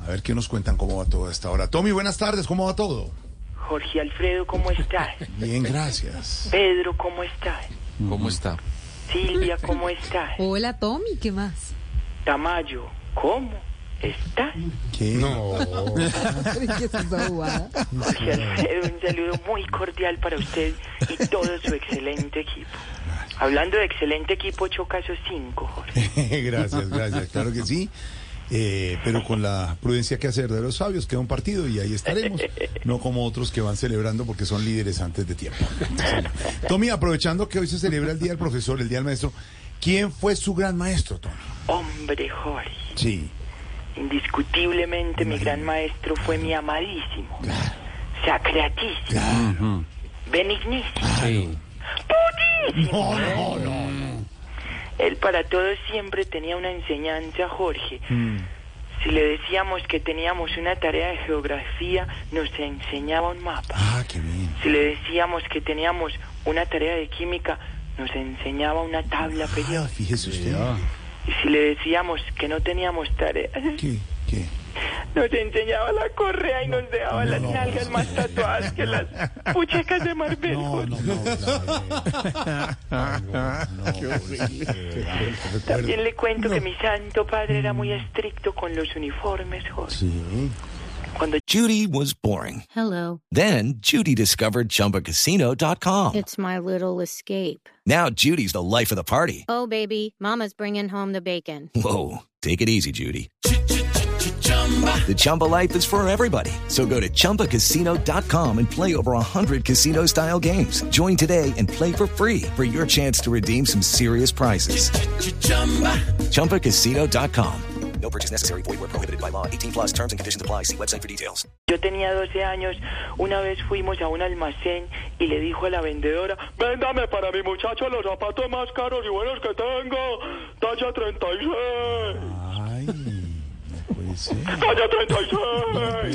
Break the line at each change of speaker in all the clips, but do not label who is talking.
A ver qué nos cuentan cómo va todo hasta ahora. Tommy, buenas tardes, ¿cómo va todo?
Jorge Alfredo, ¿cómo estás?
Bien, gracias.
Pedro, ¿cómo estás?
¿Cómo está?
Silvia, ¿cómo estás?
Hola Tommy, ¿qué más?
Tamayo, ¿cómo estás?
¿Qué? No.
¿Qué es esa bobada?
Jorge Alfredo, un saludo muy cordial para usted y todo su excelente equipo. Hablando de excelente equipo, Chocaso 5, Jorge.
gracias, gracias, claro que sí. Eh, pero con la prudencia que hacer de los sabios, queda un partido y ahí estaremos. No como otros que van celebrando porque son líderes antes de tiempo. Sí. Tommy, aprovechando que hoy se celebra el Día del Profesor, el Día del Maestro, ¿quién fue su gran maestro, Tommy?
Hombre, Jorge,
Sí,
indiscutiblemente mi gran maestro fue mi amadísimo, sacratísimo,
claro.
benignísimo,
Sí.
putísimo.
No, no, no, no.
Él para todos siempre tenía una enseñanza, Jorge.
Mm.
Si le decíamos que teníamos una tarea de geografía, nos enseñaba un mapa.
Ah, qué bien.
Si le decíamos que teníamos una tarea de química, nos enseñaba una tabla
Ah,
periódica.
fíjese usted.
Y si le decíamos que no teníamos tarea,
¿Qué? ¿Qué?
nos enseñaba la correa y nos dejaba las
no,
nalgas
no.
más tatuadas que las puchecas de Marbel.
No, no, no.
También le cuento que mi santo padre era
Mm.
muy estricto con los uniformes, Jorge. Cuando
Judy was boring.
Hello,
Then Judy discovered ChumbaCasino.com.
it's my little escape.
Now Judy's the life of the party.
Oh, baby, Mama's bringing home the bacon.
Whoa, take it easy, Judy. The Chumba life is for everybody. So go to ChumbaCasino.com and play over 100 casino-style games. Join today and play for free for your chance to redeem some serious prizes. ChumbaCasino.com.
No purchase necessary. Void were prohibited by law. 18 plus terms and conditions apply. See website for details.
Yo tenía 12 años, una vez fuimos a un almacén y le dijo a la vendedora, véndame para mi muchacho los zapatos más caros y buenos que tengo, talla 36,
Ay, no puede ser.
talla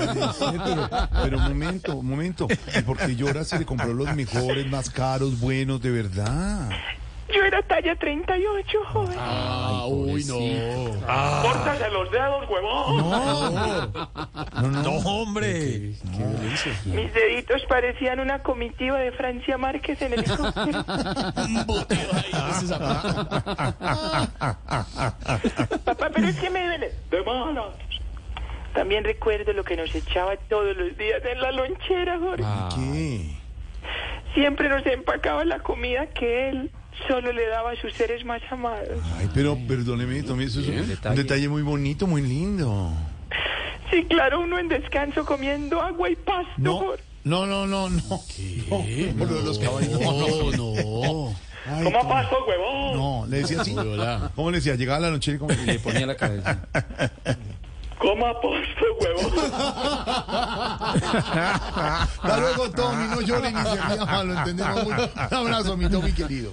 36.
Pero, pero un momento, un momento. ¿Y por qué llora si le compró los mejores, más caros, buenos, de verdad?
Yo era talla 38, joven.
Ah,
uy, no.
Córtase los dedos, huevón.
No, no.
hombre.
Mis deditos parecían una comitiva de Francia Márquez en el helicóptero. Ah, Papá, pero es que me duele. ah, De malas. También recuerdo lo que nos echaba todos los días en la lonchera, Jorge.
Ah. ¿Qué?
Siempre nos empacaba la comida que él solo le daba a sus seres más amados.
Ay, pero perdóneme, Tommy, eso es un, un detalle. muy bonito, muy lindo.
Sí, claro, uno en descanso comiendo agua y pasto.
No,
Jorge.
no, no, no, no. ¿Qué? No, lo de los caballos. No, no. Ay,
¿Cómo
Tommy.
pasto, huevón?
No, le decía así. ¿Cómo le decía? Llegaba la noche y como que le ponía
la cabeza.
¿Cómo pasto, huevón?
Hasta luego, Tommy. No llores ni se ría, Lo entendemos mucho. Un abrazo, mi Tommy querido.